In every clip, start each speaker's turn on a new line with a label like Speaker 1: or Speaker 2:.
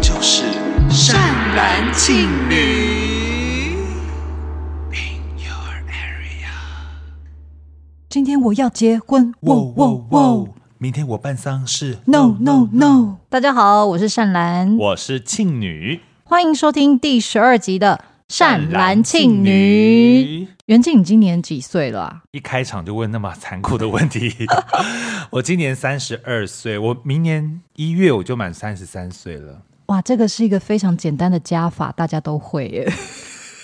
Speaker 1: 就是善男信女。In your area，
Speaker 2: 今天我要结婚，哇哇哇
Speaker 1: 明天我办丧事。
Speaker 2: ！No No No！大家好，我是善兰，
Speaker 3: 我是庆女，
Speaker 2: 欢迎收听第十二集的《善兰庆女》。袁静，你今年几岁了、啊？
Speaker 3: 一开场就问那么残酷的问题。 我今年三十二岁，我明年一月我就满三十三岁了。
Speaker 2: 哇，这个是一个非常简单的加法，大家都会耶。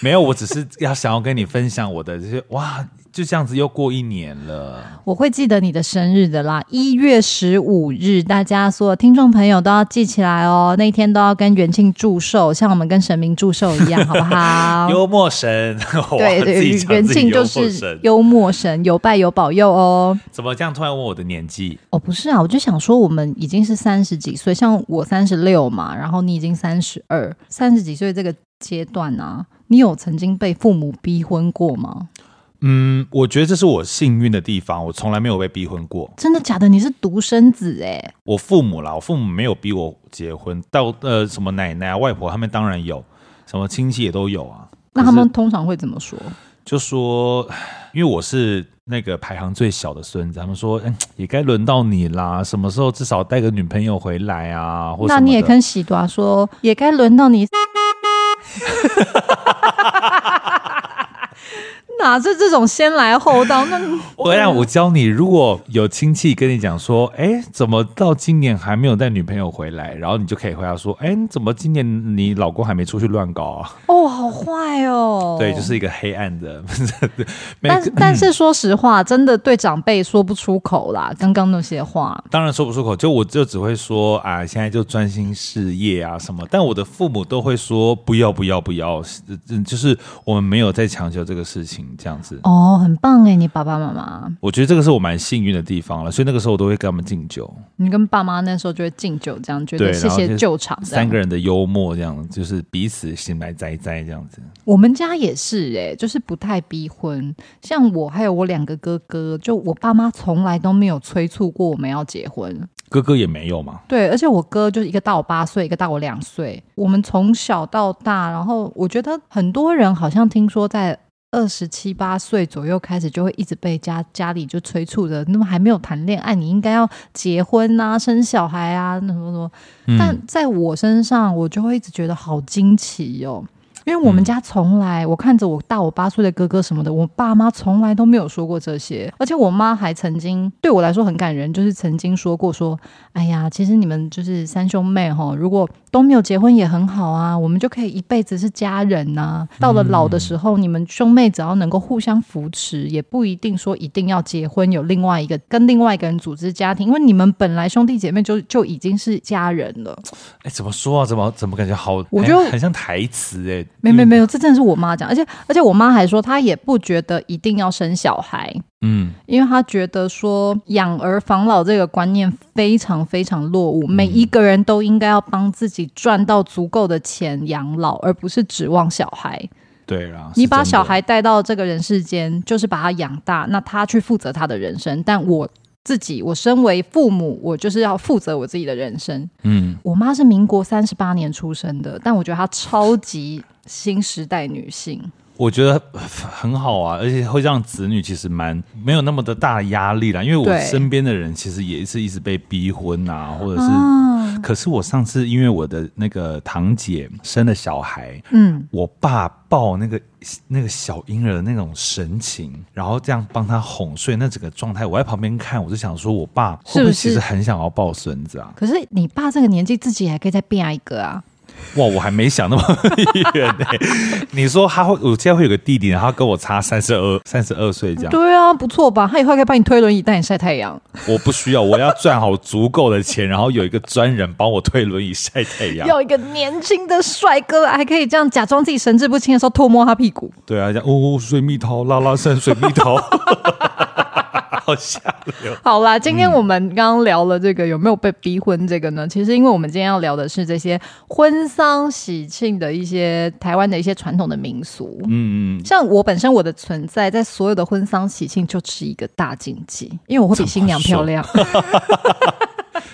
Speaker 3: 没有，我只是要想要跟你分享我的这些哇，就这样子又过一年了。
Speaker 2: 我会记得你的生日的啦，一月十五日，大家所有听众朋友都要记起来哦。那一天都要跟元庆祝寿，像我们跟神明祝寿一样，好不 好？
Speaker 3: 幽默神， 哇
Speaker 2: 对
Speaker 3: 自
Speaker 2: 对
Speaker 3: 己，讲
Speaker 2: 元
Speaker 3: 自己
Speaker 2: 庆
Speaker 3: 幽
Speaker 2: 就
Speaker 3: 默
Speaker 2: 是
Speaker 3: 神，
Speaker 2: 幽默神，有拜有保佑哦。
Speaker 3: 怎么这样突然问我的年纪？
Speaker 2: 哦，不是啊，我就想说，我们已经是三十几岁，像我三十六嘛，然后你已经三十二，三十几岁这个阶段啊，你有曾经被父母逼婚过吗？
Speaker 3: 嗯，我觉得这是我幸运的地方，我从来没有被逼婚过。
Speaker 2: 真的假的？你是独生子哎、
Speaker 3: 我父母啦，我父母没有逼我结婚，到呃什么奶奶啊、外婆他们当然有，什么亲戚也都有啊。
Speaker 2: 那
Speaker 3: 可
Speaker 2: 他
Speaker 3: 是
Speaker 2: 们通常会怎么说？
Speaker 3: 就说，唉因为我是那个排行最小的孙子，他们说，嗯，也该轮到你啦，什么时候至少带个女朋友回来啊？或什么
Speaker 2: 那
Speaker 3: 的
Speaker 2: 你也跟喜多啊说，也该轮 到你。哪是这种先来后到？那
Speaker 3: 我让我教你，如果有亲戚跟你讲说，哎，怎么到今年还没有带女朋友回来？然后你就可以回答说，哎，你怎么今年你老公还没出去乱搞啊？
Speaker 2: 哦，好坏哦。
Speaker 3: 对，就。是一个黑暗的， 每
Speaker 2: 但
Speaker 3: 个
Speaker 2: 是但是说实话，真的对长辈说不出口啦。刚刚那些话，
Speaker 3: 当然说不出口，就我就只会说啊，现在就专心事业啊什么。但我的父母都会说不要不要不要，嗯，就是我们没有在强求这个事情这样子。
Speaker 2: 哦，很棒哎，你爸爸妈妈，
Speaker 3: 我觉得这个是我蛮幸运的地方了，所以那个时候我都会跟他们敬酒，
Speaker 2: 你跟爸妈那时候就会敬酒，这样觉得
Speaker 3: 对
Speaker 2: 谢
Speaker 3: 然后就
Speaker 2: 谢
Speaker 3: 是
Speaker 2: 救场。这样
Speaker 3: 三个人的幽默这样，就是彼此醒来栽栽这样子。
Speaker 2: 我们家也是哎、就是不太逼婚。像我还有我两个哥哥，就我爸妈从来都没有催促过我们要结婚。
Speaker 3: 哥哥也没有嘛，
Speaker 2: 对，而且我哥就是一个大我八岁，一个大我两岁。我们从小到大，然后我觉得很多人好像听说在二十七八岁左右开始，就会一直被家家里就催促着，那么还没有谈恋爱，你应该要结婚啊、生小孩啊，那什么什么。但
Speaker 3: 嗯，
Speaker 2: 在我身上，我就会一直觉得好惊奇哦。因为我们家从来，我看着我大我八岁的哥哥什么的，我爸妈从来都没有说过这些，而且我妈还曾经对我来说很感人，就是曾经说过说，哎呀，其实你们就是三兄妹哈，如果都没有结婚也很好啊，我们就可以一辈子是家人呐、到了老的时候，你们兄妹只要能够互相扶持，也不一定说一定要结婚，有另外一个跟另外一个人组织家庭，因为你们本来兄弟姐妹就就已经是家人了。
Speaker 3: 哎，怎么说啊？怎么怎么感觉好？
Speaker 2: 我就
Speaker 3: 很很像台词哎、
Speaker 2: 没没没有，这真的是我妈讲，而且而且我妈还说，她也不觉得一定要生小孩，
Speaker 3: 嗯，
Speaker 2: 因为她觉得说养儿防老这个观念非常非常落伍，每一个人都应该要帮自己赚到足够的钱养老，而不是指望小孩。
Speaker 3: 对啦，
Speaker 2: 你
Speaker 3: 是
Speaker 2: 把
Speaker 3: 真的
Speaker 2: 小孩带到这个人世间，就是把他养大，那他去负责他的人生，但我。自己，我身为父母，我就是要负责我自己的人生。
Speaker 3: 嗯。
Speaker 2: 我妈是民国三十八年出生的，但我觉得她超级新时代女性。
Speaker 3: 我觉得呃很好啊，而且会让子女其实蛮没有那么的大压力啦，因为我
Speaker 2: 对
Speaker 3: 身边的人其实也是一直被逼婚啊，或者是，
Speaker 2: 啊
Speaker 3: 可是我上次因为我的那个堂姐生了小孩，
Speaker 2: 嗯，
Speaker 3: 我爸抱那个那个小婴儿的那种神情，然后这样帮他哄睡，那整个状态，我在旁边看，我就想说，我爸会
Speaker 2: 是
Speaker 3: 不
Speaker 2: 不
Speaker 3: 会
Speaker 2: 是
Speaker 3: 其实很想要抱孙子啊？
Speaker 2: 可是你爸这个年纪自己还可以再变一个啊，
Speaker 3: 哇，我还没想那么远呢、你说他会，我现在会有个弟弟，然后他跟我差三十二三十二岁这样。
Speaker 2: 对啊，不错吧？他以后还可以帮你推轮椅带你晒太阳，
Speaker 3: 我不需要，我要赚好足够的钱，然后有一个专人帮我推轮椅晒太阳。
Speaker 2: 要一个年轻的帅哥，还可以这样假装自己神志不清的时候偷摸他屁 股。
Speaker 3: 对啊，这样哦，水蜜桃拉拉山，水蜜 桃，好吓人。
Speaker 2: 好啦，今
Speaker 3: 嗯
Speaker 2: 天我们刚刚聊了这个有没有被逼婚这个呢？其实因为我们今天要聊的是这些婚丧喜庆的一些台湾的一些传统的民俗。
Speaker 3: 嗯，
Speaker 2: 像我本身我的存在，在所有的婚丧喜庆就是一个大禁忌，因为我会比新娘漂亮。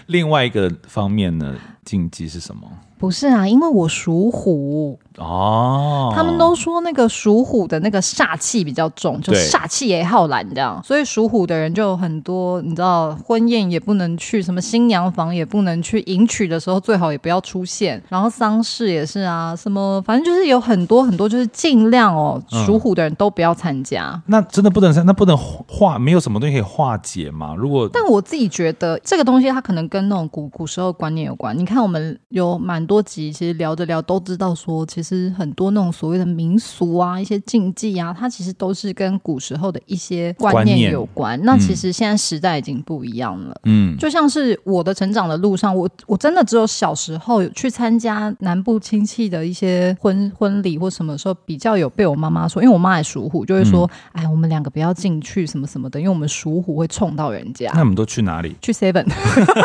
Speaker 3: 另外一个方面呢，禁忌是什么？
Speaker 2: 不是啊，因为我属虎，
Speaker 3: 哦，
Speaker 2: 他们都说那个属虎的那个煞气比较重，就
Speaker 3: 对
Speaker 2: 煞气也浩然这样，所以属虎的人就有很多，你知道婚宴也不能去，什么新娘房也不能去，迎娶的时候最好也不要出现，然后丧事也是啊，什么反正就是有很多很多，就是尽量哦，
Speaker 3: 嗯
Speaker 2: 属虎的人都不要参加。
Speaker 3: 那真的不能，那不能化，没有什么东西可以化解嘛？如果
Speaker 2: 但我自己觉得这个东西，它可能跟那种古古时候观念有关。你看，我们有蛮多集，其实聊着聊都知道说，其实很多那种所谓的民俗啊、一些禁忌啊，它其实都是跟古时候的一些观
Speaker 3: 观
Speaker 2: 念嗯
Speaker 3: 念
Speaker 2: 有关。那其实现在时代已经不一样了。
Speaker 3: 嗯，
Speaker 2: 就像是我的成长的路上，我我真的只有小时候有去参加南部亲戚的一些婚婚礼或什么的时候，比较有被我妈妈说，因为我妈也属虎，就会说，哎，我们两个不要进去什么什么的，因为我们属虎会冲到人家
Speaker 3: 那。我们都去哪里？
Speaker 2: 去 Seven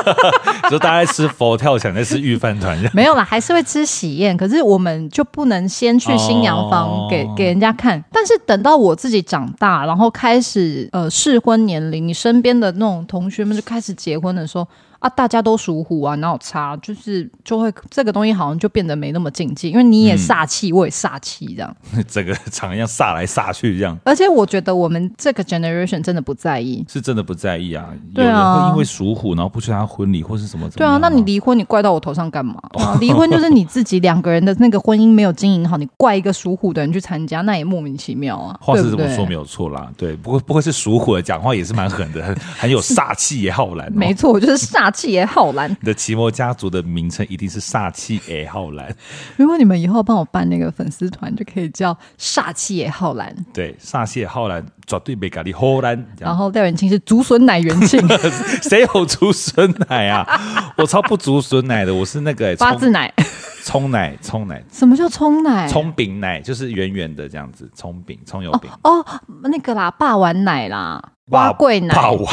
Speaker 3: 就大家在吃佛跳墙，在吃御饭团， 这样
Speaker 2: 没有啦，还是会吃喜宴，可是我们就不能先去新娘
Speaker 3: 哦
Speaker 2: 房给、给人家看。但是等到我自己长大，然后开始呃适婚年龄，你身边的那种同学们就开始结婚的时候啊，大家都属虎啊，哪有差？就是就会这个东西好像就变得没那么禁忌，因为你也煞气，我也煞气这样。
Speaker 3: 整个场一样煞来煞去，这样
Speaker 2: 而且我觉得我们这个 generation 真的不在意。
Speaker 3: 是真的不在意啊。
Speaker 2: 对啊
Speaker 3: 有人会因为属虎，然后不去他婚礼或是什么怎
Speaker 2: 对
Speaker 3: 么
Speaker 2: 啊，
Speaker 3: 样
Speaker 2: 那你离婚，你怪到我头上干嘛？ 啊离婚就是你自己两个人的那个婚姻没有经营好，你怪一个属虎的人去参加，那也莫名其妙啊，
Speaker 3: 话
Speaker 2: 对
Speaker 3: 是
Speaker 2: 不
Speaker 3: 这么说
Speaker 2: 对？
Speaker 3: 没有错啦，对，不过不愧是属虎的，讲话也是蛮狠 的，很很有煞气也浩然、哦。
Speaker 2: 没错，我就是煞气也浩然。
Speaker 3: 你的奇摩家族的名称一定是煞气也浩 然，
Speaker 2: 如果你们以后帮我办那个粉丝团，就可以叫煞气也浩然。
Speaker 3: 对，煞气也浩然，绝对没咖喱浩然。这
Speaker 2: 然
Speaker 3: 样
Speaker 2: 后廖元庆是竹笋奶元庆，
Speaker 3: 谁有竹笋奶啊？我超不竹笋奶的，我是那个、欸、
Speaker 2: 八字
Speaker 3: 葱
Speaker 2: 奶。哎
Speaker 3: 葱奶，葱奶，
Speaker 2: 什么叫冲奶？
Speaker 3: 葱饼奶，就是圆圆的这样子，葱饼，葱油饼，
Speaker 2: 哦，那个啦，霸王奶啦，蛙桂奶，
Speaker 3: 霸丸。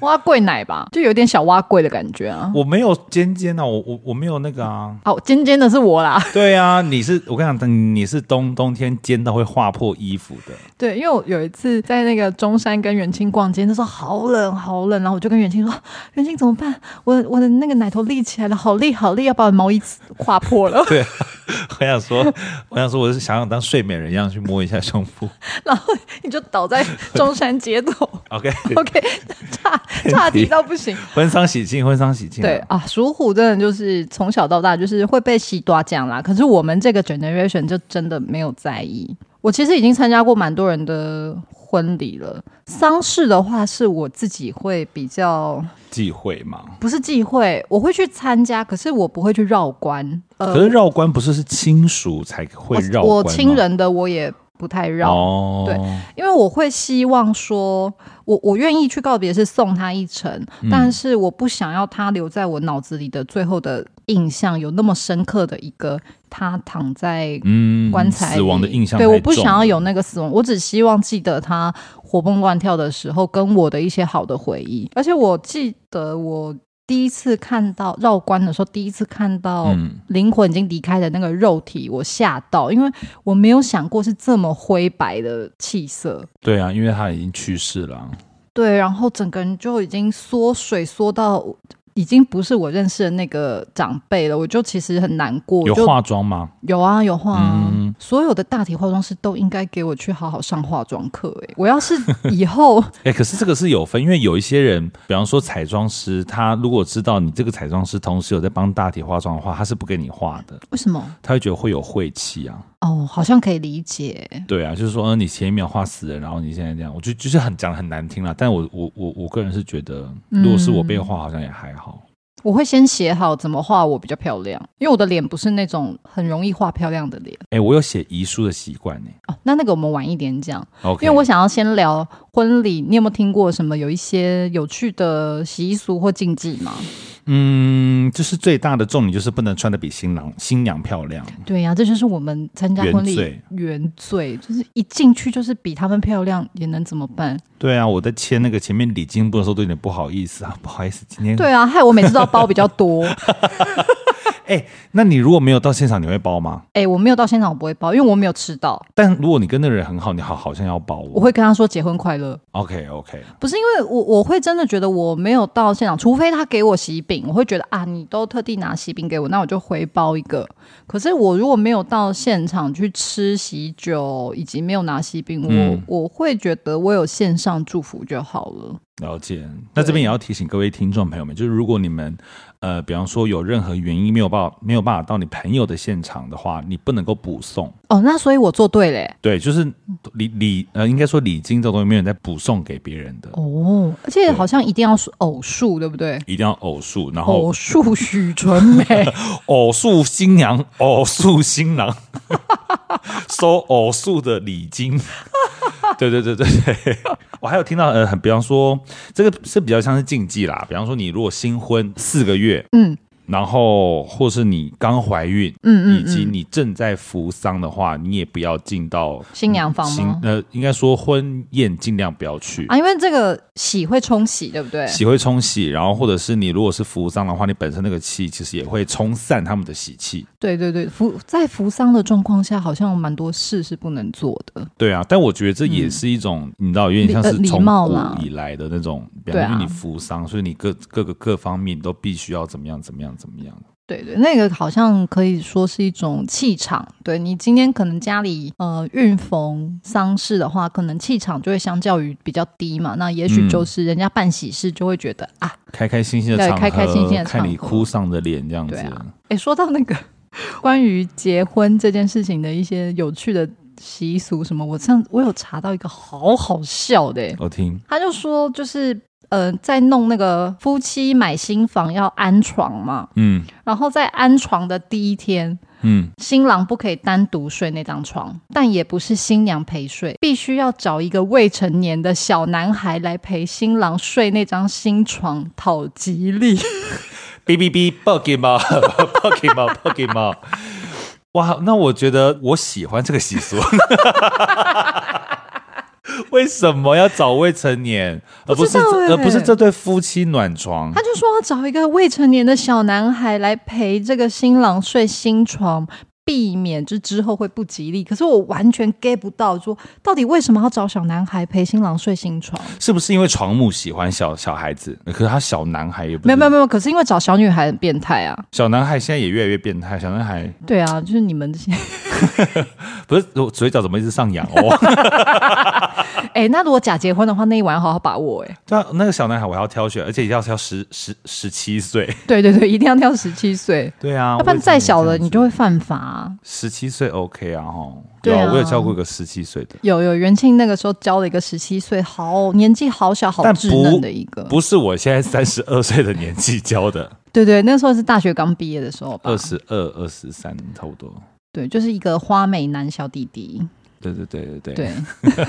Speaker 2: 蛙桂奶吧，就有点小蛙桂的感觉啊。
Speaker 3: 我没有尖尖啊，我我我没有那个啊。
Speaker 2: 好，尖尖的是我啦。
Speaker 3: 对啊，你是我跟你讲，你是冬冬天尖到会划破衣服的。
Speaker 2: 对，因为我有一次在那个中山跟元庆逛街，那时候好冷好冷，然后我就跟元庆说：“元庆怎么办？我我的那个奶头立起来了，好立好立，要把我的毛衣划破了。
Speaker 3: 对，我想说，我想说，我是想想当睡美人一样去摸一下胸部。”
Speaker 2: 然后你就倒在中山街头。
Speaker 3: OK，
Speaker 2: OK，差 差题到不行。
Speaker 3: 婚丧喜庆，婚丧喜庆啊。
Speaker 2: 对啊，属虎真的就是从小到大就是会被西多讲啦。可是我们这个 generation 就真的没有在意。我其实已经参加过蛮多人的婚礼了，丧事的话是我自己会比较
Speaker 3: 忌讳嘛。
Speaker 2: 不是忌讳，我会去参加，可是我不会去绕关。呃
Speaker 3: 可是绕关不是是亲属才会绕
Speaker 2: 我
Speaker 3: 关吗
Speaker 2: 我亲人的我也不太绕，
Speaker 3: 哦，
Speaker 2: 对因为我会希望说，我我愿意去告别是送他一程，
Speaker 3: 嗯
Speaker 2: 但是我不想要他留在我脑子里的最后的印象有那么深刻的一个他躺在
Speaker 3: 嗯，
Speaker 2: 棺材里、
Speaker 3: 死亡的印象太
Speaker 2: 对，
Speaker 3: 重了，
Speaker 2: 我不想要有那个死亡，我只希望记得他活蹦乱跳的时候跟我的一些好的回忆。而且我记得我第一次看到绕关的时候，第一次看到
Speaker 3: 嗯
Speaker 2: 灵魂已经离开的那个肉体，我吓到，因为我没有想过是这么灰白的气色。
Speaker 3: 对啊，因为他已经去世了啊。
Speaker 2: 对，然后整个人就已经缩水缩到。已经不是我认识的那个长辈了，我就其实很难过，我
Speaker 3: 有
Speaker 2: 就
Speaker 3: 化妆吗？
Speaker 2: 有啊，有化、啊
Speaker 3: 嗯
Speaker 2: 所有的大体化妆师都应该给我去好好上化妆课、欸。我要是以后
Speaker 3: 哎、可是这个是有分，因为有一些人，比方说彩妆师，他如果知道你这个彩妆师同时有在帮大体化妆的话，他是不给你化的，
Speaker 2: 为什么？
Speaker 3: 他会觉得会有晦气啊。
Speaker 2: 哦，好像可以理解。
Speaker 3: 对啊，就是说，呃，你前一秒画死人，然后你现在这样，我就就是很讲的很难听啦。但我我我我个人是觉得，如果是
Speaker 2: 嗯
Speaker 3: 我被画，好像也还好。
Speaker 2: 我会先写好怎么画我比较漂亮，因为我的脸不是那种很容易画漂亮的脸
Speaker 3: 哎、我有写遗书的习惯呢。
Speaker 2: 哦。那那个我们晚一点讲，
Speaker 3: OK，
Speaker 2: 因为我想要先聊婚礼。你有没有听过什么有一些有趣的习俗或禁忌吗？
Speaker 3: 嗯，就是最大的重点就是不能穿的比新郎新娘漂亮。
Speaker 2: 对呀、这就是我们参加
Speaker 3: 原
Speaker 2: 婚礼
Speaker 3: 罪
Speaker 2: 原罪，就是一进去就是比他们漂亮，也能怎么办？对
Speaker 3: 对啊，我在签那个前面礼金簿的时候都有点不好意思啊，不好意思，今天
Speaker 2: 对啊，害我每次都要包比较多。
Speaker 3: 哎、那你如果没有到现场，你会包吗？
Speaker 2: 哎、我没有到现场，我不会包，因为我没有吃到。
Speaker 3: 但如果你跟那个人很好，你好好像要包
Speaker 2: 我
Speaker 3: 我。
Speaker 2: 会跟他说结婚快乐，
Speaker 3: OK OK，
Speaker 2: 不是因为我我会真的觉得我没有到现场，除非他给我喜饼，我会觉得啊，你都特地拿喜饼给我，那我就回包一个。可是我如果没有到现场去吃喜酒，以及没有拿喜饼，我、
Speaker 3: 嗯
Speaker 2: 我会觉得我有线上祝福就好了。
Speaker 3: 了解。那这边也要提醒各位听众朋友们，就是如果你们呃，比方说有任何原因没有办法没有办法到你朋友的现场的话，你不能够补送。
Speaker 2: 哦，那所以我做对嘞、
Speaker 3: 对，就是礼礼呃，应该说礼金这种东西没有人在补送给别人的，
Speaker 2: 哦，而且好像一定要是偶数，对不对？
Speaker 3: 一定要偶数，然后
Speaker 2: 偶数许纯 美，
Speaker 3: 偶数新娘，偶数新郎， 收偶数的礼金。对对对对对，我还有听到呃，很比方说这个是比较像是禁忌啦，比方说你如果新婚四个月，
Speaker 2: 嗯，
Speaker 3: 然后或是你刚怀孕，
Speaker 2: 嗯嗯
Speaker 3: 以及你正在扶丧的话，你也不要进到
Speaker 2: 新娘房
Speaker 3: 新
Speaker 2: 吗？
Speaker 3: 呃，应该说婚宴尽量不要去。
Speaker 2: 啊，因为这个喜会冲喜，对不对？
Speaker 3: 喜会冲喜，然后或者是你如果是扶丧的话，你本身那个气其实也会冲散他们的喜气。
Speaker 2: 对对对，扶在扶丧的状况下，好像蛮多事是不能做的。
Speaker 3: 对啊，但我觉得这也是一种，你知道，有点像是
Speaker 2: 嗯礼呃
Speaker 3: 从
Speaker 2: 礼貌
Speaker 3: 古
Speaker 2: 啦
Speaker 3: 以来的那种，比
Speaker 2: 对
Speaker 3: 方
Speaker 2: 啊
Speaker 3: 说你扶丧，所以你各各个各方面都必须要怎么样怎么样怎么样。
Speaker 2: 对对，那个好像可以说是一种气场。对你今天可能家里呃运逢丧事的话，可能气场就会相较于比较低嘛。那也许
Speaker 3: 嗯
Speaker 2: 就是人家办喜事就会觉得、啊，
Speaker 3: 开开心心的
Speaker 2: 对
Speaker 3: 场合，
Speaker 2: 开开心心的场合
Speaker 3: 看你哭丧着脸这样子
Speaker 2: 对，啊诶，说到那个关于结婚这件事情的一些有趣的习俗什么，我上我有查到一个好好笑的、欸诶
Speaker 3: 我听
Speaker 2: 他就说就是呃，在弄那个夫妻买新房要安床嘛，
Speaker 3: 嗯
Speaker 2: 然后在安床的第一天。
Speaker 3: 嗯，
Speaker 2: 新郎不可以单独睡那张床，但也不是新娘陪睡，必须要找一个未成年的小男孩来陪新郎睡那张新床，讨吉利。
Speaker 3: 哔哔哔，Pokemon，Pokemon，Pokemon。哇，那我觉得我喜欢这个习俗。 为什么要找未成年，而不是
Speaker 2: 不知道欸
Speaker 3: 而不是这对夫妻暖床
Speaker 2: 他？就说要找一个未成年的小男孩来陪这个新郎睡新床，避免这之后会不吉利。可是我完全 get 不到，说到底为什么要找小男孩陪新郎睡新床？
Speaker 3: 是不是因为床母喜欢小小孩子？可是他小男孩也不
Speaker 2: 没有没
Speaker 3: 有，
Speaker 2: 有没有，可是因为找小女孩很变态啊！
Speaker 3: 小男孩现在也越来越变态。小男孩
Speaker 2: 对啊，就是你们这些。
Speaker 3: 不是我嘴角怎么一直上扬 哦？
Speaker 2: 哎、那如果假结婚的话，那一晚要好好把握哎、
Speaker 3: 对啊，那个小男孩我还要挑选，而且要挑十十十七岁。
Speaker 2: 对对对，一定要挑十七岁，
Speaker 3: 对啊，
Speaker 2: 要不然再小了你就
Speaker 3: 会
Speaker 2: 会犯法啊、
Speaker 3: 十七岁 OK 啊哈。
Speaker 2: 对啊
Speaker 3: 有我有教过一个十七岁的，
Speaker 2: 有有，元庆那个时候交了一个十七岁，好年纪好小，好
Speaker 3: 但
Speaker 2: 稚
Speaker 3: 不
Speaker 2: 嫩的一个。
Speaker 3: 不是我现在三十二岁的年纪教 的，
Speaker 2: 对对，那时候是大学刚毕业的时候吧
Speaker 3: 二。十二、二十三差不多。
Speaker 2: 对，就是一个花美男小弟弟。
Speaker 3: 对对对对对，
Speaker 2: 对，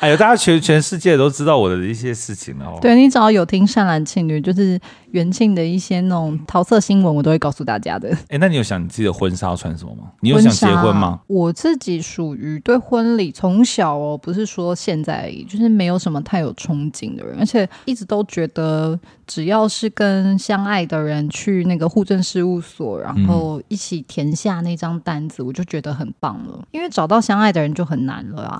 Speaker 3: 哎呦，大家全全世界都知道我的一些事情了哦。
Speaker 2: 对你只要有听善男信女，就是元庆的一些那种桃色新闻，我都会告诉大家的。
Speaker 3: 哎，那你有想你自己的婚纱要穿什么吗？你
Speaker 2: 你
Speaker 3: 有想结婚吗？？
Speaker 2: 我自己属于对婚礼从小哦，不是说现在而已，就是没有什么太有憧憬的人，而且一直都觉得只要是跟相爱的人去那个户政事务所，然后
Speaker 3: 嗯
Speaker 2: 一起填下那张单子，我就觉得很棒了。因为找到相爱的人就很难了啊。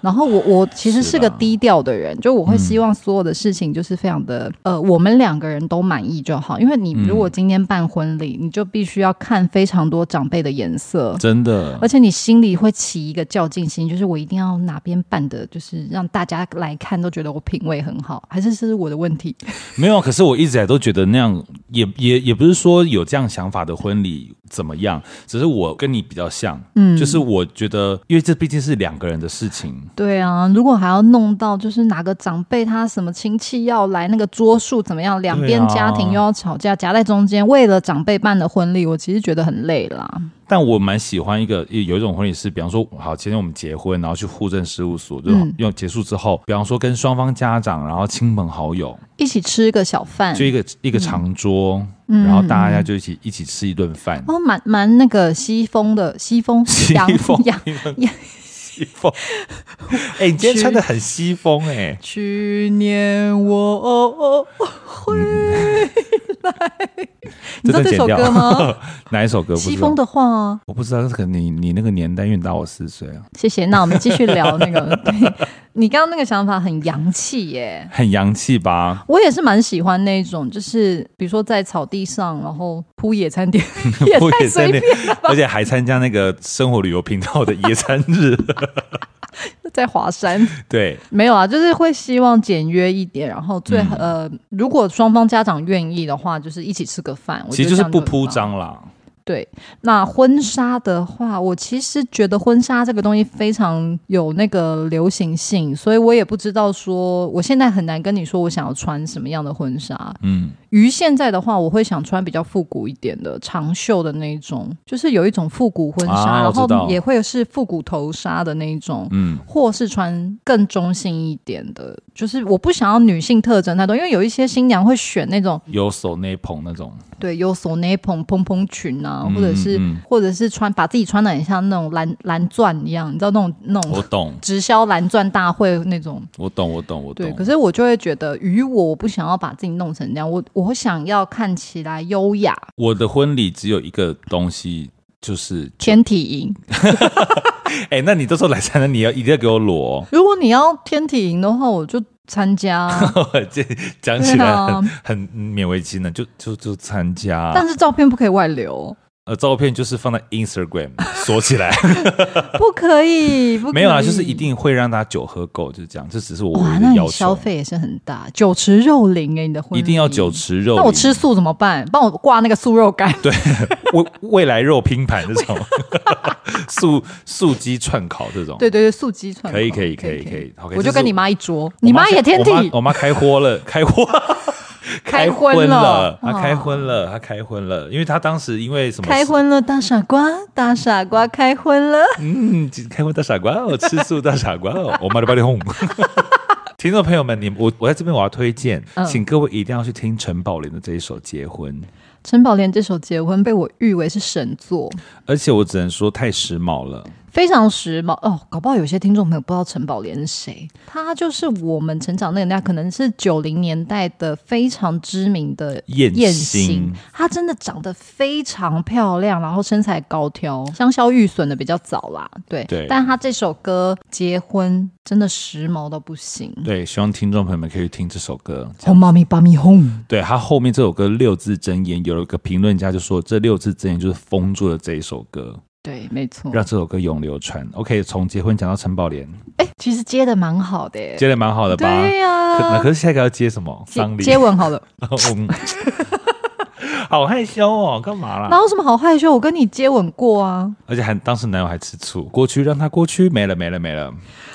Speaker 2: 然后我我其实
Speaker 3: 是
Speaker 2: 是个
Speaker 3: 啦嗯
Speaker 2: 低调的人，就我会希望所有的事情就是非常的、呃，我们两个人都满意就好。因为你
Speaker 3: 嗯
Speaker 2: 如果今天办婚礼，你就必须要看非常多长辈的颜色，
Speaker 3: 真的
Speaker 2: 而，且你心里会起一个较劲心，就是我一定要哪边办的，就是让大家来看都觉得我品味很好，还是这是我的问题？
Speaker 3: 没有，啊可是我一直以来都觉得那样，也也也不是说有这样想法的婚礼怎么样，只是我跟你比较像，嗯，就是我觉得，因为这毕竟是两个人的事情，
Speaker 2: 对啊，如果还要弄到就是哪个长辈他什么亲戚要来，那个桌数怎么样，两边家
Speaker 3: 啊
Speaker 2: 庭又要吵架，夹在中间，为了长辈办的婚礼，我其实觉得很累啦。
Speaker 3: 但我蛮喜欢一个有一种婚礼是，比方说，好，今天我们结婚，然后去户政事务所，就
Speaker 2: 嗯
Speaker 3: 用结束之后，比方说跟双方家长，然后亲朋好友，
Speaker 2: 一起吃个小饭，
Speaker 3: 就一个一个长桌，
Speaker 2: 嗯
Speaker 3: 然后大家就一起一起吃一顿饭。
Speaker 2: 哦，蛮蛮那个西风的西 风，
Speaker 3: 西
Speaker 2: 洋
Speaker 3: 风
Speaker 2: 洋洋
Speaker 3: 西风，哎、你今天穿的很西风哎、
Speaker 2: 哦去年我回
Speaker 3: 这
Speaker 2: 你知道
Speaker 3: 段
Speaker 2: 这
Speaker 3: 剪
Speaker 2: 首
Speaker 3: 掉
Speaker 2: 歌吗？
Speaker 3: 哪一首歌？不知
Speaker 2: 西
Speaker 3: 道
Speaker 2: 风的话啊，
Speaker 3: 我不知道，可能你你那个年代，因为你大我四岁啊，
Speaker 2: 谢谢。那我们继续聊那 个，对你刚刚那个想法很洋气耶。
Speaker 3: 很洋气吧？
Speaker 2: 我也是蛮喜欢那种，就是比如说在草地上，然后铺野餐 垫，也
Speaker 3: 不
Speaker 2: 太
Speaker 3: 也在
Speaker 2: 随
Speaker 3: 那
Speaker 2: 便，，
Speaker 3: 而且还参加那个生活旅游频道的野餐 日。
Speaker 2: 在华山。
Speaker 3: 对，
Speaker 2: 没有啊，就是会希望简约一点，然后
Speaker 3: 嗯
Speaker 2: 最、呃，如果双方家长愿意的话，就是一起吃个饭。我觉
Speaker 3: 其实
Speaker 2: 得
Speaker 3: 就是
Speaker 2: 这样
Speaker 3: 不
Speaker 2: 很
Speaker 3: 铺
Speaker 2: 棒。
Speaker 3: 张啦。
Speaker 2: 对，那婚纱的话，我其实觉得婚纱这个东西非常有那个流行性，所以我也不知道说，我现在很难跟你说我想要穿什么样的婚纱。
Speaker 3: 嗯，
Speaker 2: 于现在的话，我会想穿比较复古一点的长袖的那一种，就是有一种复古婚纱，
Speaker 3: 啊我
Speaker 2: 然
Speaker 3: 知道
Speaker 2: 后也会是复古头纱的那一种。
Speaker 3: 嗯，
Speaker 2: 或是穿更中性一点的，就是我不想要女性特征太多，因为有一些新娘会选那种
Speaker 3: 有手内捧那种，
Speaker 2: 对有所内蓬蓬蓬裙啊，
Speaker 3: 嗯
Speaker 2: 或者是、
Speaker 3: 嗯嗯
Speaker 2: 或者是穿把自己穿的很像那种蓝蓝钻一样，你知道那种那
Speaker 3: 我
Speaker 2: 种
Speaker 3: 懂，
Speaker 2: 直销蓝钻大会那种。
Speaker 3: 我懂，我懂，我懂。
Speaker 2: 对，可是我就会觉得，于我我不想要把自己弄成这样，我我想要看起来优雅，
Speaker 3: 我的婚礼只有一个东西，就是
Speaker 2: 天体营。
Speaker 3: 哎、那你到时候来参加，你要一定要给我裸、
Speaker 2: 如果你要天体营的话，我就参加 啊、
Speaker 3: 哦，这讲起
Speaker 2: 对
Speaker 3: 来很、
Speaker 2: 啊
Speaker 3: 很勉为其难，就就就参加。啊
Speaker 2: 但是照片不可以外流，
Speaker 3: 呃，照片就是放在 Instagram 锁起来，
Speaker 2: 不可以， 不可以
Speaker 3: 没有啦，就是一定会让大家酒喝够，就是这样。这只是我唯
Speaker 2: 哇，
Speaker 3: 一
Speaker 2: 那
Speaker 3: 的
Speaker 2: 你
Speaker 3: 要
Speaker 2: 消
Speaker 3: 求，
Speaker 2: 费也是很大，酒池肉林哎、你的婚礼
Speaker 3: 一定要酒。池肉林。
Speaker 2: 那我吃素怎么办？帮我挂那个素肉干，
Speaker 3: 对未未来肉拼盘这 种素素鸡串烤这种，
Speaker 2: 对对对，素鸡串
Speaker 3: 可以
Speaker 2: 烤
Speaker 3: 可以可以可以，OK，
Speaker 2: 我
Speaker 3: 这
Speaker 2: 就是跟你妈一桌，
Speaker 3: 我
Speaker 2: 你妈
Speaker 3: 现
Speaker 2: 也天
Speaker 3: 我妈
Speaker 2: 体
Speaker 3: 我妈开豁 了，开豁，
Speaker 2: 开
Speaker 3: 婚
Speaker 2: 荤了
Speaker 3: 她
Speaker 2: 哦
Speaker 3: 开荤了，她开荤了，因为她当时因为什么
Speaker 2: 开
Speaker 3: 事，
Speaker 2: 荤了，大傻瓜，大傻瓜开荤了，
Speaker 3: 嗯，开荤大傻瓜 哦，吃素大傻瓜哦，我妈的巴黎红。 听众朋友们，你我我在这边我要推荐，
Speaker 2: 嗯
Speaker 3: 请各位一定要去听陈宝莲的这一首《结婚》，
Speaker 2: 陈宝莲这首《结婚》被我誉为是神作，
Speaker 3: 而且我只能说太时髦了。
Speaker 2: 非常时髦哦。搞不好有些听众朋友不知道陈宝莲是谁，她就是我们成长那个年代，可能是九零年代的非常知名的
Speaker 3: 燕
Speaker 2: 燕
Speaker 3: 心
Speaker 2: 心，她真的长得非常漂亮，然后身材高挑，香消玉损的比较早啦。对，
Speaker 3: 对
Speaker 2: 但她这首歌《结婚》真的时髦到不行。
Speaker 3: 对，希望听众朋友们可以去听这首歌。
Speaker 2: 红妈咪把咪红，
Speaker 3: 对他后面这首歌六字真言，有一个评论家就说，这六字真言就是封住了这一首歌，
Speaker 2: 对，没错。
Speaker 3: 让这首歌永流传。OK，从结婚讲到陈宝莲，
Speaker 2: 哎、其实接的蛮好的耶、
Speaker 3: 接的蛮好的吧？
Speaker 2: 对呀、
Speaker 3: 可那可是下一个要接什么？
Speaker 2: 接
Speaker 3: 丧礼？
Speaker 2: 接吻好了，
Speaker 3: 嗯 好害羞哦，干嘛
Speaker 2: 哪
Speaker 3: 啦？
Speaker 2: 有什么好害羞？我跟你接吻过啊。
Speaker 3: 而且还当时男友还吃醋，过去让他过去，没了没了没了。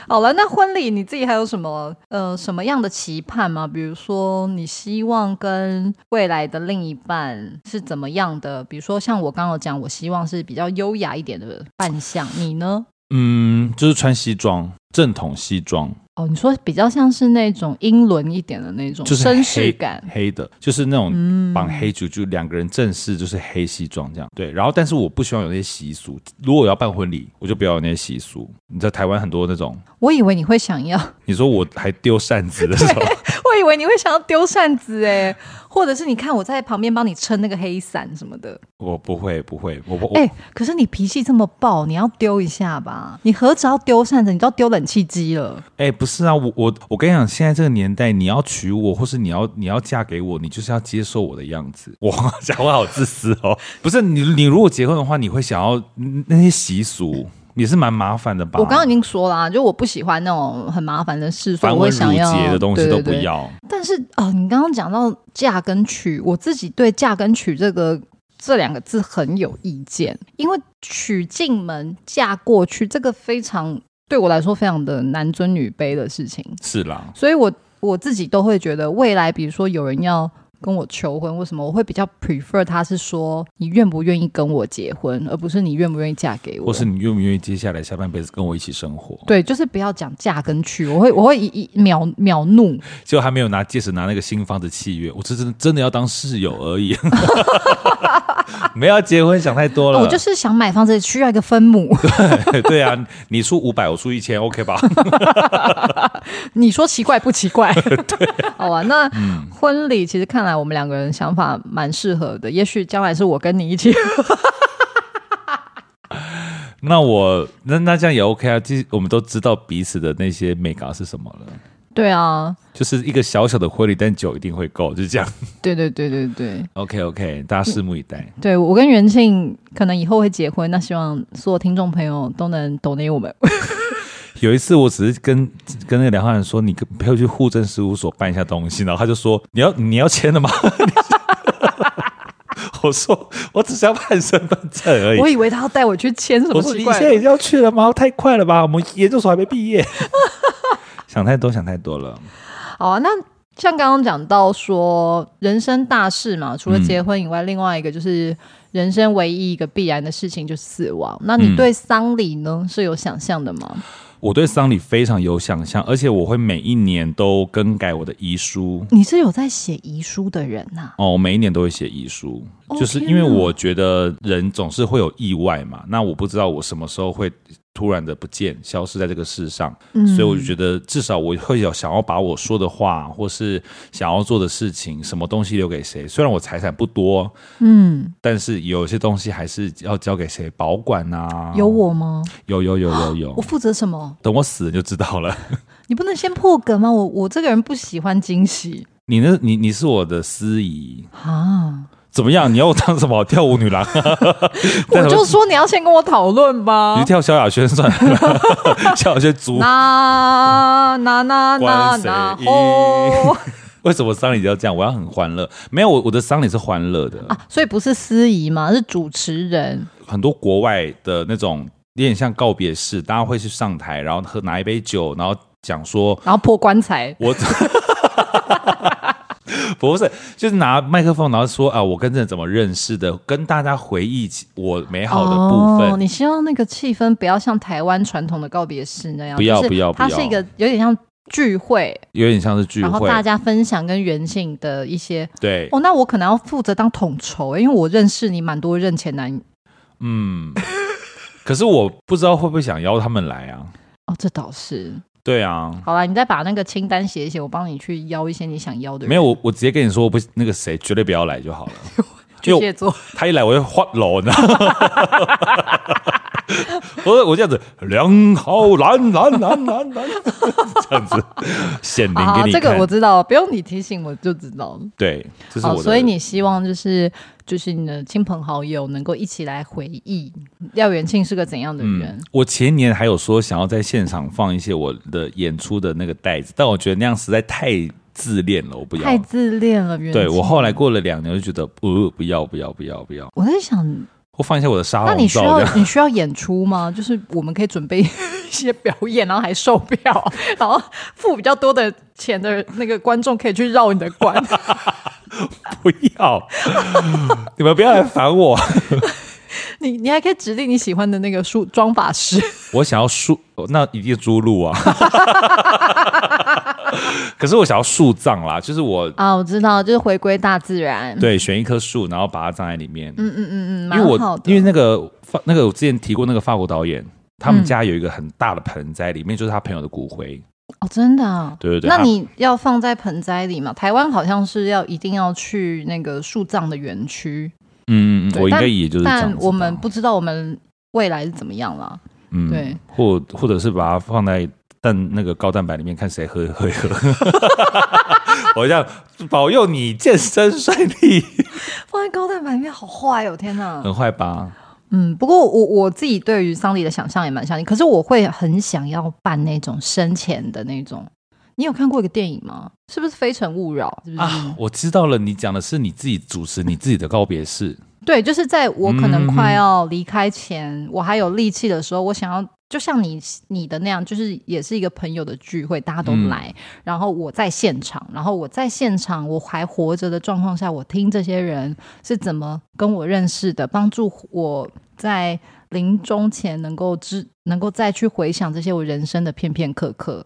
Speaker 2: 好了，那婚礼你自己还有什么呃什么样的期盼吗？比如说，你希望跟未来的另一半是怎么样的？比如说，像我刚刚有讲，我希望是比较优雅一点的扮相，你呢？
Speaker 3: 嗯，就是穿西装，正统西装，
Speaker 2: 哦，你说比较像是那种英伦一点的那种
Speaker 3: 就是
Speaker 2: 绅士
Speaker 3: 黑
Speaker 2: 感，
Speaker 3: 黑的，就是那种
Speaker 2: 嗯
Speaker 3: 绑黑主，就两个人正式就是黑西装这样。对，然后但是我不希望有那些习俗，如果我要办婚礼，我就不要有那些习俗。你知道台湾很多那种，
Speaker 2: 我以为你会想要， 我
Speaker 3: 你说我还丢扇子的那种，
Speaker 2: 以为你会想要丢扇子哎，或者是你看我在旁边帮你撑那个黑伞什么的，
Speaker 3: 我不会不会，我我、
Speaker 2: 哎、可是你脾气这么暴，你要丢一下吧？你何止要丢扇子，你都要丢冷气机了。
Speaker 3: 哎、不是啊，我我我跟你讲，现在这个年代，你要娶我，或是你要你要嫁给我，你就是要接受我的样子。 我讲话好自私哦，不是你你如果结婚的话，你会想要嗯那些习俗，也是蛮麻烦的吧？
Speaker 2: 我刚刚已经说啦、就我不喜欢那种很麻烦的事，所
Speaker 3: 繁
Speaker 2: 以我
Speaker 3: 文
Speaker 2: 会想
Speaker 3: 缛
Speaker 2: 要
Speaker 3: 节的东西都不。
Speaker 2: 对对对
Speaker 3: 要。
Speaker 2: 但是啊、呃你刚刚讲到嫁跟娶，我自己对嫁跟娶这个这两个字很有意见，因为娶进门、嫁过去，这个非常对我来说非常的男尊女卑的事情，
Speaker 3: 是啦，
Speaker 2: 所以我我自己都会觉得，未来比如说有人要跟我求婚，为什么我会比较 prefer 他是说你愿不愿意跟我结婚，而不是你愿不愿意嫁给我，
Speaker 3: 或是你愿不愿意接下来下半辈子跟我一起生活？
Speaker 2: 对，就是不要讲嫁跟娶，我会我会一一秒秒怒，
Speaker 3: 结果还没有拿戒指，拿那个新房子契约，我这真的真的要当室友而已， 没有要结婚，想太多了。
Speaker 2: 哦我就是想买房子需要一个分母，
Speaker 3: 对啊，你出五百，我出一千，OK 吧？
Speaker 2: 你说奇怪不奇怪？ 好啊，那
Speaker 3: 嗯
Speaker 2: 婚礼其实看来我们两个人想法蛮适合的，也许将来是我跟你一起，
Speaker 3: 那我那那这样也 OK 啊，其实我们都知道彼此的那些美感是什么了，
Speaker 2: 对啊，
Speaker 3: 就是一个小小的婚礼，但酒一定会够，就是这样。
Speaker 2: 对对对对对
Speaker 3: OK OK，大家拭目以待。
Speaker 2: 对，我跟元庆可能以后会结婚，那希望所有听众朋友都能懂得我们。
Speaker 3: 有一次，我只是跟跟那个梁汉人说，你跟陪我去户政事务所办一下东西，然后他就说你要你要签的吗？ 我说我只是要办身份证而已
Speaker 2: 我。以为他要带我去签什么
Speaker 3: 我说
Speaker 2: 奇
Speaker 3: 你
Speaker 2: 怪
Speaker 3: 现
Speaker 2: 的
Speaker 3: 在已经要去了吗？太快了吧，我们研究所还没毕业。 想太多，想太多了。
Speaker 2: 好啊，那像刚刚讲到说人生大事嘛，除了
Speaker 3: 嗯
Speaker 2: 结婚以外，另外一个就是人生唯一一个必然的事情就是死亡。那
Speaker 3: 嗯
Speaker 2: 你对丧礼呢、是有想象的吗？
Speaker 3: 我对丧礼非常有想象，而且我会每一年都更改我的遗书。
Speaker 2: 你是有在写遗书的人呐、
Speaker 3: 哦，我每一年都会写遗书，
Speaker 2: 哦
Speaker 3: 就是因为我觉得人总是会有意外嘛。那我不知道我什么时候会突然的不见、消失在这个世上，
Speaker 2: 嗯
Speaker 3: 所以我就觉得至少我会有想要把我说的话，或是想要做的事情，什么东西留给谁。虽然我财产不多，
Speaker 2: 嗯，
Speaker 3: 但是有些东西还是要交给谁保管啊。
Speaker 2: 有哦我吗？
Speaker 3: 有有有有有
Speaker 2: 我负责什么？
Speaker 3: 等我死了就知道了。
Speaker 2: 你不能先破梗吗？我我这个人不喜欢惊喜
Speaker 3: 你呢？你你是我的司仪，
Speaker 2: 啊！
Speaker 3: 怎么样？你要我当什么跳舞女 郎？
Speaker 2: 我就说你要先跟我讨论
Speaker 3: 你
Speaker 2: 吧
Speaker 3: 去。跳萧亚轩算了， 萧亚轩足。
Speaker 2: 那那
Speaker 3: 嗯
Speaker 2: 那那
Speaker 3: 关谁
Speaker 2: 那 哦
Speaker 3: 为什么丧礼要这样？我要很欢乐。没有，我我的丧礼是欢乐的。
Speaker 2: 啊！所以不是司仪嘛，是主持人。
Speaker 3: 很多国外的那种有点像告别式，大家会去上台，然后喝拿一杯酒，然后讲说
Speaker 2: 然后破棺材，
Speaker 3: 我。 不是，就是拿麦克风，然后说啊，我跟这怎么认识的，跟大家回忆起我美好的部分。
Speaker 2: 哦。你希望那个气氛不要像台湾传统的告别式那样，
Speaker 3: 不要
Speaker 2: 就是
Speaker 3: 不要不
Speaker 2: 它
Speaker 3: 要
Speaker 2: 是一个有点像聚会，
Speaker 3: 有点像是聚
Speaker 2: 然后
Speaker 3: 会，
Speaker 2: 大家分享跟原性的一些。
Speaker 3: 对，
Speaker 2: 哦，那我可能要负责当统筹、欸因为我认识你蛮多任前男
Speaker 3: 嗯。可是我不知道会不会想邀他们来啊？
Speaker 2: 哦，这倒是。
Speaker 3: 对啊，
Speaker 2: 好啦，你再把那个清单写一写，我帮你去邀一些你想邀的人。
Speaker 3: 没有，我我直接跟你说，我不那个谁绝对不要来就好了。
Speaker 2: 巨蟹座，
Speaker 3: 他一来我就发楼，你知道吗？ 我我这样子，梁浩然然然然然， 这样子显灵
Speaker 2: 好
Speaker 3: 给
Speaker 2: 好，
Speaker 3: 你看。
Speaker 2: 啊这个我知道，不用你提醒，我就知道了。
Speaker 3: 对，这是我
Speaker 2: 好，
Speaker 3: 的。
Speaker 2: 所以你希望就是就是你的亲朋好友能够一起来回忆廖元庆是个怎样的人。
Speaker 3: 嗯我前年还有说想要在现场放一些我的演出的那个袋子，但我觉得那样实在太自恋了，我不要
Speaker 2: 太。自恋了，元庆
Speaker 3: 对我后来过了两年，我就觉得呃不要不要不要不要，
Speaker 2: 我在想，
Speaker 3: 我放一下啊我的沙
Speaker 2: 那
Speaker 3: 龙
Speaker 2: 你需
Speaker 3: 照这样。
Speaker 2: 要你需要演出吗？ 就是我们可以准备 一些表演，然后还售票，然后付比较多的钱的那个观众可以去绕你的关。
Speaker 3: 不要， 你们不要来烦我。
Speaker 2: 你你还可以指定你喜欢的那个梳妆法师。
Speaker 3: 我想要树，那一定猪鹿 啊。可是我想要树葬啦，就是我
Speaker 2: 啊，我知道，就是回归大自然。
Speaker 3: 对选一棵树，然后把它葬在里面。嗯，
Speaker 2: 嗯，
Speaker 3: 因为
Speaker 2: 蛮好
Speaker 3: 我
Speaker 2: 的。嗯
Speaker 3: 因为那个法那个我之前提过那个法国导演，他们家有一个很大的盆栽，里面就是他朋友的骨灰。
Speaker 2: 哦，真的、啊。
Speaker 3: 对对对，
Speaker 2: 那
Speaker 3: 他
Speaker 2: 你要放在盆栽里嘛？台湾好像是要一定要去那个树葬的园区，
Speaker 3: 嗯嗯嗯，
Speaker 2: 对
Speaker 3: 我应该
Speaker 2: 但
Speaker 3: 也就是这样
Speaker 2: 但
Speaker 3: 子吧
Speaker 2: 我们不知道我们未来是怎么样啦。
Speaker 3: 嗯
Speaker 2: 对，
Speaker 3: 或或者是把它放在蛋那个高蛋白里面，看谁喝 喝一喝。我这样保佑你健身顺利，
Speaker 2: 放在高蛋白里面好坏哦，天哪！
Speaker 3: 很坏吧？
Speaker 2: 嗯，不过我我自己对于丧礼的想象也蛮像你，可是我会很想要办那种生前的那种。你有看过一个电影吗？是不是《非诚勿扰》？是不是？
Speaker 3: 啊，我知道了，你讲的是你自己主持你自己的告别式，
Speaker 2: 对，就是在我可能快要离开前，我还有力气的时候，我想要就像你你的那样，就是也是一个朋友的聚会，大家都来，然后我在现场，然后我在现场我还活着的状况下，我听这些人是怎么跟我认识的，帮助我在临终前能够知能够再去回想这些我人生的片片刻刻。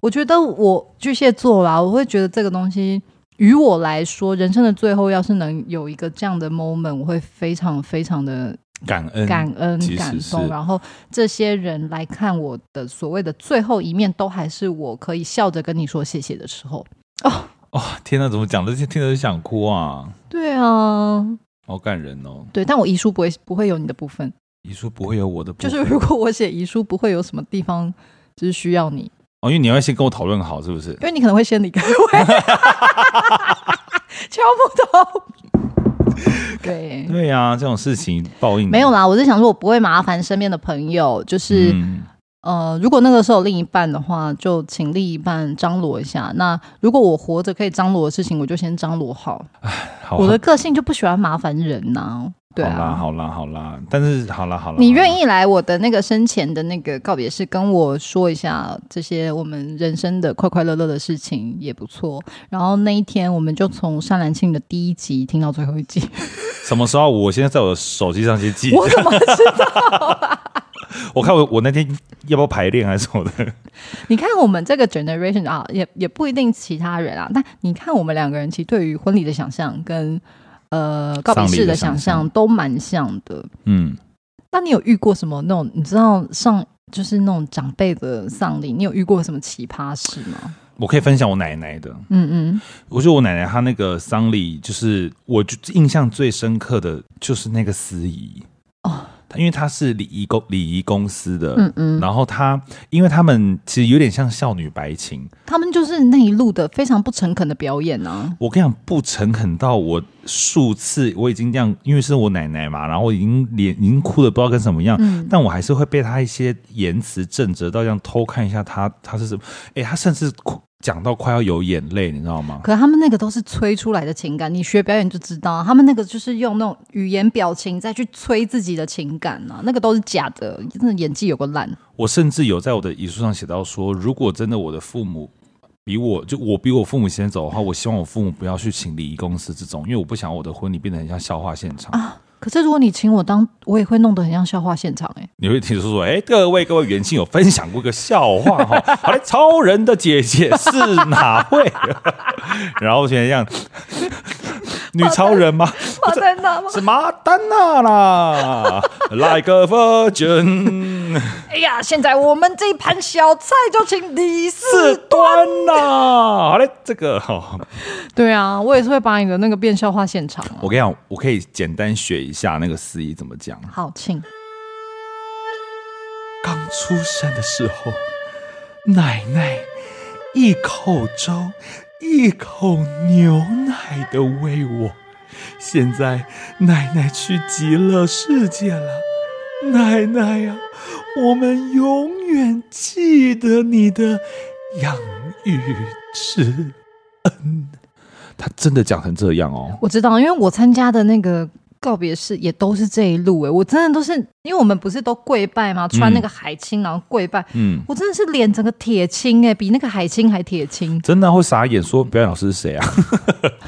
Speaker 2: 我觉得我巨蟹座啦，我会觉得这个东西。于我来说，人生的最后要是能有一个这样的 moment，我会非常非常的
Speaker 3: 感恩
Speaker 2: 感恩
Speaker 3: 其、实
Speaker 2: 感
Speaker 3: 是
Speaker 2: 动，然后这些人来看我的所谓的最后一面，都还是我可以笑着跟你说谢谢的时候。
Speaker 3: 哦，天哪，怎么讲这些听着就想哭啊，
Speaker 2: 对啊，
Speaker 3: 好感人哦。
Speaker 2: 对，但我遗书不会不会有你的部分，
Speaker 3: 遗书不会有我的部
Speaker 2: 就
Speaker 3: 分，
Speaker 2: 是如果我写遗书，不会有什么地方就是需要你，
Speaker 3: 哦，因为你要先跟我讨论好，是不是
Speaker 2: 因？为你可能会先离开我。 敲木 头，对，
Speaker 3: 对呀、这种事情报应
Speaker 2: 没有啦，我是想说，我不会麻烦身边的朋友，就是。
Speaker 3: 嗯
Speaker 2: 呃，如果那个时候有另一半的话，就请另一半张罗一下。那如果我活着可以张罗的事情，我就先张罗好。
Speaker 3: 好
Speaker 2: 我的个性就不喜欢麻烦人呐、对
Speaker 3: 好啦，
Speaker 2: 啊。
Speaker 3: 好啦，好啦，但是好啦，好啦，
Speaker 2: 你
Speaker 3: 意
Speaker 2: 愿意来我的那个生前的那个告别式，跟我说一下这些我们人生的快快乐乐的事情也不错。然后那一天，我们就从《山兰庆》的第一集听到最后一 集，
Speaker 3: 什么时候？我现在在我的手机上先记，
Speaker 2: 我怎么知道？
Speaker 3: 我看我我那天要不要排练还是什么的？
Speaker 2: 你看我们这个 generation 啊，也也不一定其他人啊，但你看我们两个人其实对于婚礼的想象跟呃告别
Speaker 3: 丧礼
Speaker 2: 式
Speaker 3: 的
Speaker 2: 的
Speaker 3: 想
Speaker 2: 想
Speaker 3: 象
Speaker 2: 象都蛮像的。
Speaker 3: 嗯，
Speaker 2: 那你有遇过什么那种你知道上就是那种长辈的丧礼，你有遇过什么奇葩事吗？
Speaker 3: 我可以分享我奶奶的。
Speaker 2: 嗯嗯，
Speaker 3: 我觉得我奶奶她那个丧礼，就是我就印象最深刻的就是那个司仪
Speaker 2: 哦，
Speaker 3: 她因为她是礼仪公礼仪公司的，
Speaker 2: 嗯嗯
Speaker 3: 然后她因为他们其实有点像少女白情，
Speaker 2: 他们就是那一路的非常不诚恳的表演啊。
Speaker 3: 我跟你讲不诚恳到我数次我已经这样，因为是我奶奶嘛，然后我已经脸已经哭的不知道跟什么样，
Speaker 2: 嗯
Speaker 3: 但我还是会被她一些言辞震折到，这样偷看一下她她是什么，哎，她甚至哭讲到快要有眼泪，你知道吗？
Speaker 2: 可是他们那个都是催出来的情感，你学表演就知道，啊他们那个就是用那种语言表情再去催自己的情感啊，那个都是假的，真的演技有个烂。
Speaker 3: 我甚至有在我的遗书上写到说，如果真的我的父母比我就我比我父母先走的话，我希望我父母不要去请礼仪公司这种，因为我不想我的婚礼变得很像笑话现场。
Speaker 2: 可是如果你请我当，我也会弄得很像笑话现场哎、
Speaker 3: 你会听说说，哎，各位各位，元庆有分享过一个笑话哈、好嘞，超人的姐姐是哪位？ 然后我觉得这样，女超人吗？
Speaker 2: 放在那吗？
Speaker 3: 是马丹娜啦，Like a Virgin
Speaker 2: 哎呀，现在我们这一盘小菜就请李
Speaker 3: 四
Speaker 2: 四。
Speaker 3: 端呐、好嘞，这个哦哈。好
Speaker 2: 对啊，我也是会把你的那个变笑话现场、啊。
Speaker 3: 我跟你讲，我可以简单学一下那个司仪怎么讲。
Speaker 2: 好，请
Speaker 1: 刚出生的时候，奶奶一口粥，一口牛奶的喂我。现在奶奶去极乐世界了，奶奶呀、我们永远记得你的养育之
Speaker 3: 他真的讲成这样哦，
Speaker 2: 我知道，因为我参加的那个告别式也都是这一路哎、我真的都是，因为我们不是都跪拜吗？穿那个海青，然后跪拜，
Speaker 3: 嗯，
Speaker 2: 我真的是脸整个铁青哎、比那个海青还铁青。
Speaker 3: 真的会傻眼说表演老师是谁 啊？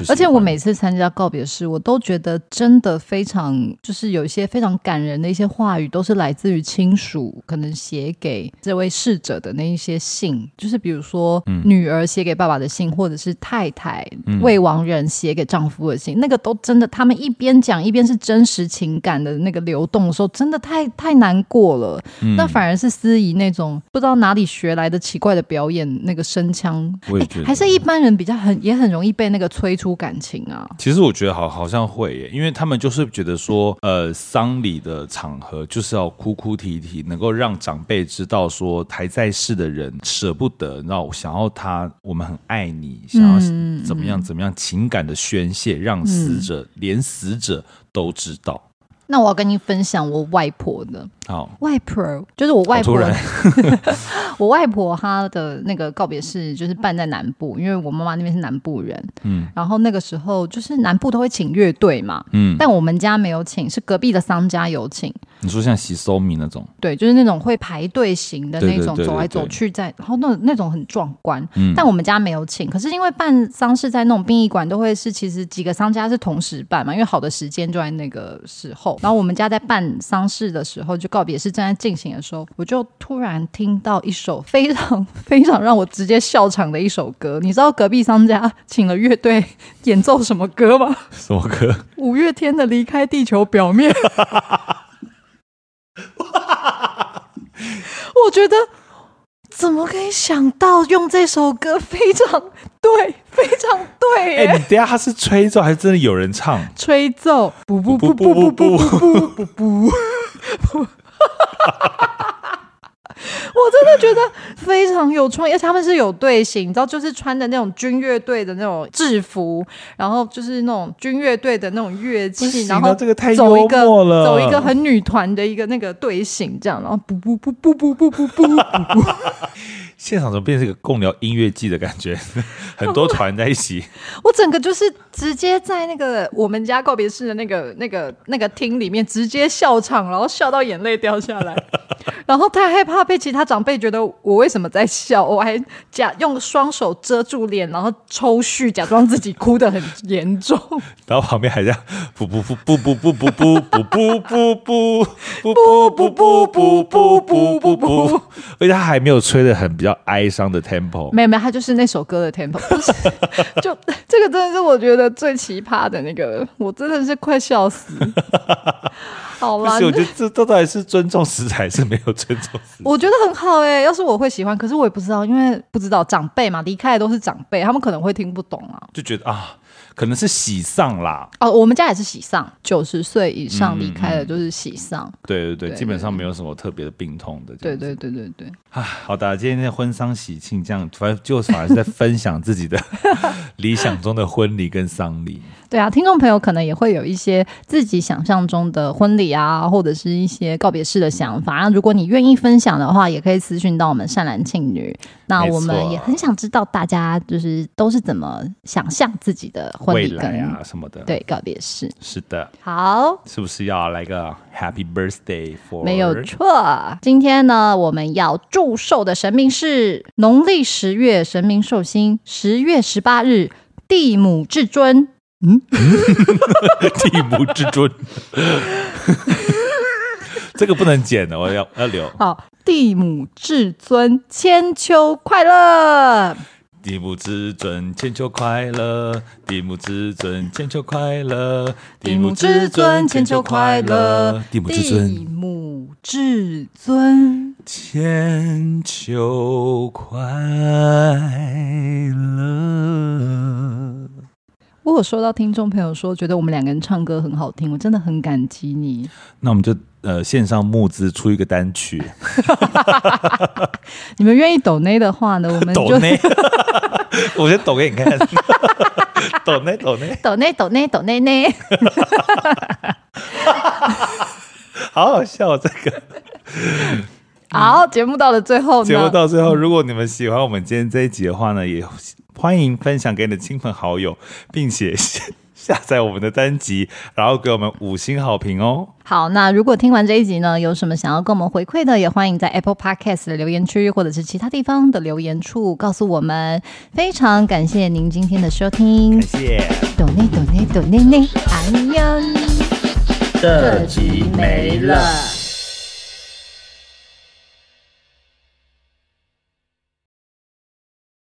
Speaker 2: 而且我每次参加告别式，我都觉得真的非常，就是有一些非常感人的一些话语，都是来自于亲属可能写给这位逝者的那一些信，就是比如说女儿写给爸爸的信，或者是太太
Speaker 3: 嗯
Speaker 2: 未亡人写给丈夫的信，那个都真的，他们一边讲一边是真实情感的那个流动的时候，真的太太难过了。
Speaker 3: 嗯
Speaker 2: 那反而是司仪那种不知道哪里学来的奇怪的表演，那个声腔哎
Speaker 3: 我也觉得
Speaker 2: 还是一般人比较很也很容易被那个催出感情啊。
Speaker 3: 其实我觉得好好像会耶，因为他们就是觉得说，呃，丧礼的场合就是要哭哭啼啼，能够让长辈知道说还在世的人舍不得，然后想要他，我们很爱你，想要怎么样怎么样情感的宣泄，让死者、连死者都知道。
Speaker 2: 那我要跟你分享我外婆的，
Speaker 3: 好，
Speaker 2: 外婆就是我外
Speaker 3: 好突
Speaker 2: 婆
Speaker 3: 然，
Speaker 2: 我外婆她的那个告别式就是办在南部，因为我妈妈那边是南部人，
Speaker 3: 嗯
Speaker 2: 然后那个时候就是南部都会请乐队嘛，
Speaker 3: 嗯，
Speaker 2: 但我们家没有请，是隔壁的桑家有请，
Speaker 3: 你说像洗收米那种，
Speaker 2: 对，就是那种会排队型的那
Speaker 3: 对对
Speaker 2: 种，
Speaker 3: 对对
Speaker 2: 走来走去在，然后那那种很壮观。
Speaker 3: 嗯，
Speaker 2: 但我们家没有请，可是因为办丧事在那种殡仪馆都会是，其实几个商家是同时办嘛，因为好的时间就在那个时候。然后我们家在办丧事的时候，就告别式正在进行的时候，我就突然听到一首非常非常让我直接笑场的一首歌。你知道隔壁商家请了乐队 演奏什么歌吗？
Speaker 3: 什么歌？
Speaker 2: 五月天的《离开地球表面》， 我觉得怎么可以想到用这首歌？非常对，非常对
Speaker 3: 哎、
Speaker 2: 耶！
Speaker 3: 你等一下他是吹奏还是真的有人唱？
Speaker 2: 吹奏，不不不不不不不不不不。我真的觉得非常有创意，而且他们是有队形，你知道，就是穿的那种军乐队的那种制服，然后就是那种军乐队的那种乐
Speaker 3: 不
Speaker 2: 器，
Speaker 3: 行啊
Speaker 2: 然后
Speaker 3: 这个太
Speaker 2: 走一
Speaker 3: 幽
Speaker 2: 个
Speaker 3: 默了
Speaker 2: 走一个很女团的一个那个队形，这样，然后不不不不不不不不，
Speaker 3: 现场怎么变成一个共聊音乐季的感觉？很多团在一起，
Speaker 2: 我整个就是直接在那个我们家告别式的那个那个那个厅里面直接笑场，然后笑到眼泪掉下来， 然后太害怕被其他长辈觉得我为什么在笑，我还假用双手遮住脸，然后抽蓄，假装自己哭得很 严重。
Speaker 3: 然后旁边还在不不不不不不不不不不不不不不不不不不不不，而且他还没有吹的很比较哀伤的 tempo。
Speaker 2: 没有没有，他就是那首歌的 tempo，不是 就这个真的是我觉得最奇葩的那个，我真的是快 笑死。好
Speaker 3: 不
Speaker 2: 啦，
Speaker 3: 是，我觉得这这到底是尊重食材，还是没有尊重食材？
Speaker 2: 我觉得很好哎、要是我会喜欢，可是我也不知道，因为不知道长辈嘛，离开的都是长辈，他们可能会听不懂啊。
Speaker 3: 就觉得啊，可能是喜丧啦。
Speaker 2: 哦，我们家也是喜丧，九十岁以上离开的就是喜丧。
Speaker 3: 对对对，
Speaker 2: 对
Speaker 3: 基本上没有什么特别的病痛的。
Speaker 2: 对对对对对，
Speaker 3: 啊，好的，今天的婚丧喜庆这样，反正就反而是在分享自己的理想中的婚礼跟丧礼。
Speaker 2: 对啊，听众朋友可能也会有一些自己想象中的婚礼啊，或者是一些告别式的想法。那如果你愿意分享的话，也可以私讯到我们善兰庆女。那
Speaker 3: 没错
Speaker 2: 我们也很想知道大家就是都是怎么想象自己的婚
Speaker 3: 未
Speaker 2: 礼跟、
Speaker 3: 来啊什么的。，
Speaker 2: 对告别式。
Speaker 3: 是的，
Speaker 2: 好，
Speaker 3: 是不是要来个 Happy Birthday for？
Speaker 2: 没有错，今天呢，我们要祝寿的神明是农历十月神明寿星，十月十八日地母至尊。
Speaker 3: 地母之尊， 这个不能剪的，我要要留。
Speaker 2: 好，哦地母至尊，千秋快乐！
Speaker 3: 地母之尊，千秋快乐！地母之尊，千秋快乐！地母之
Speaker 2: 地
Speaker 3: 尊，
Speaker 2: 母至尊。
Speaker 3: 千秋快乐。
Speaker 2: 我有收到听众朋友说，觉得我们两个人唱歌很好听，我真的很感激你。
Speaker 3: 那我们就呃线上募资出一个单曲，
Speaker 2: 你们愿意抖内的话呢，我们
Speaker 3: 抖
Speaker 2: 就
Speaker 3: 内， 我先抖给你看， 抖内抖内，
Speaker 2: 抖内抖内抖内内。
Speaker 3: 好好笑哦这个。
Speaker 2: 好，节目到了最后呢，
Speaker 3: 节目到最后，如果你们喜欢我们今天这一集的话呢，也欢迎分享给你的亲朋好友，并且下载我们的单集，然后给我们五星好评哦。
Speaker 2: 好，那如果听完这一集呢，有什么想要跟我们回馈的，也欢迎在 Apple Podcast 的留言区或者是其他地方的留言处告诉我们。非常感谢您今天的收听
Speaker 3: 感，谢。
Speaker 2: 抖内抖内抖内内，哎呀，这集没了。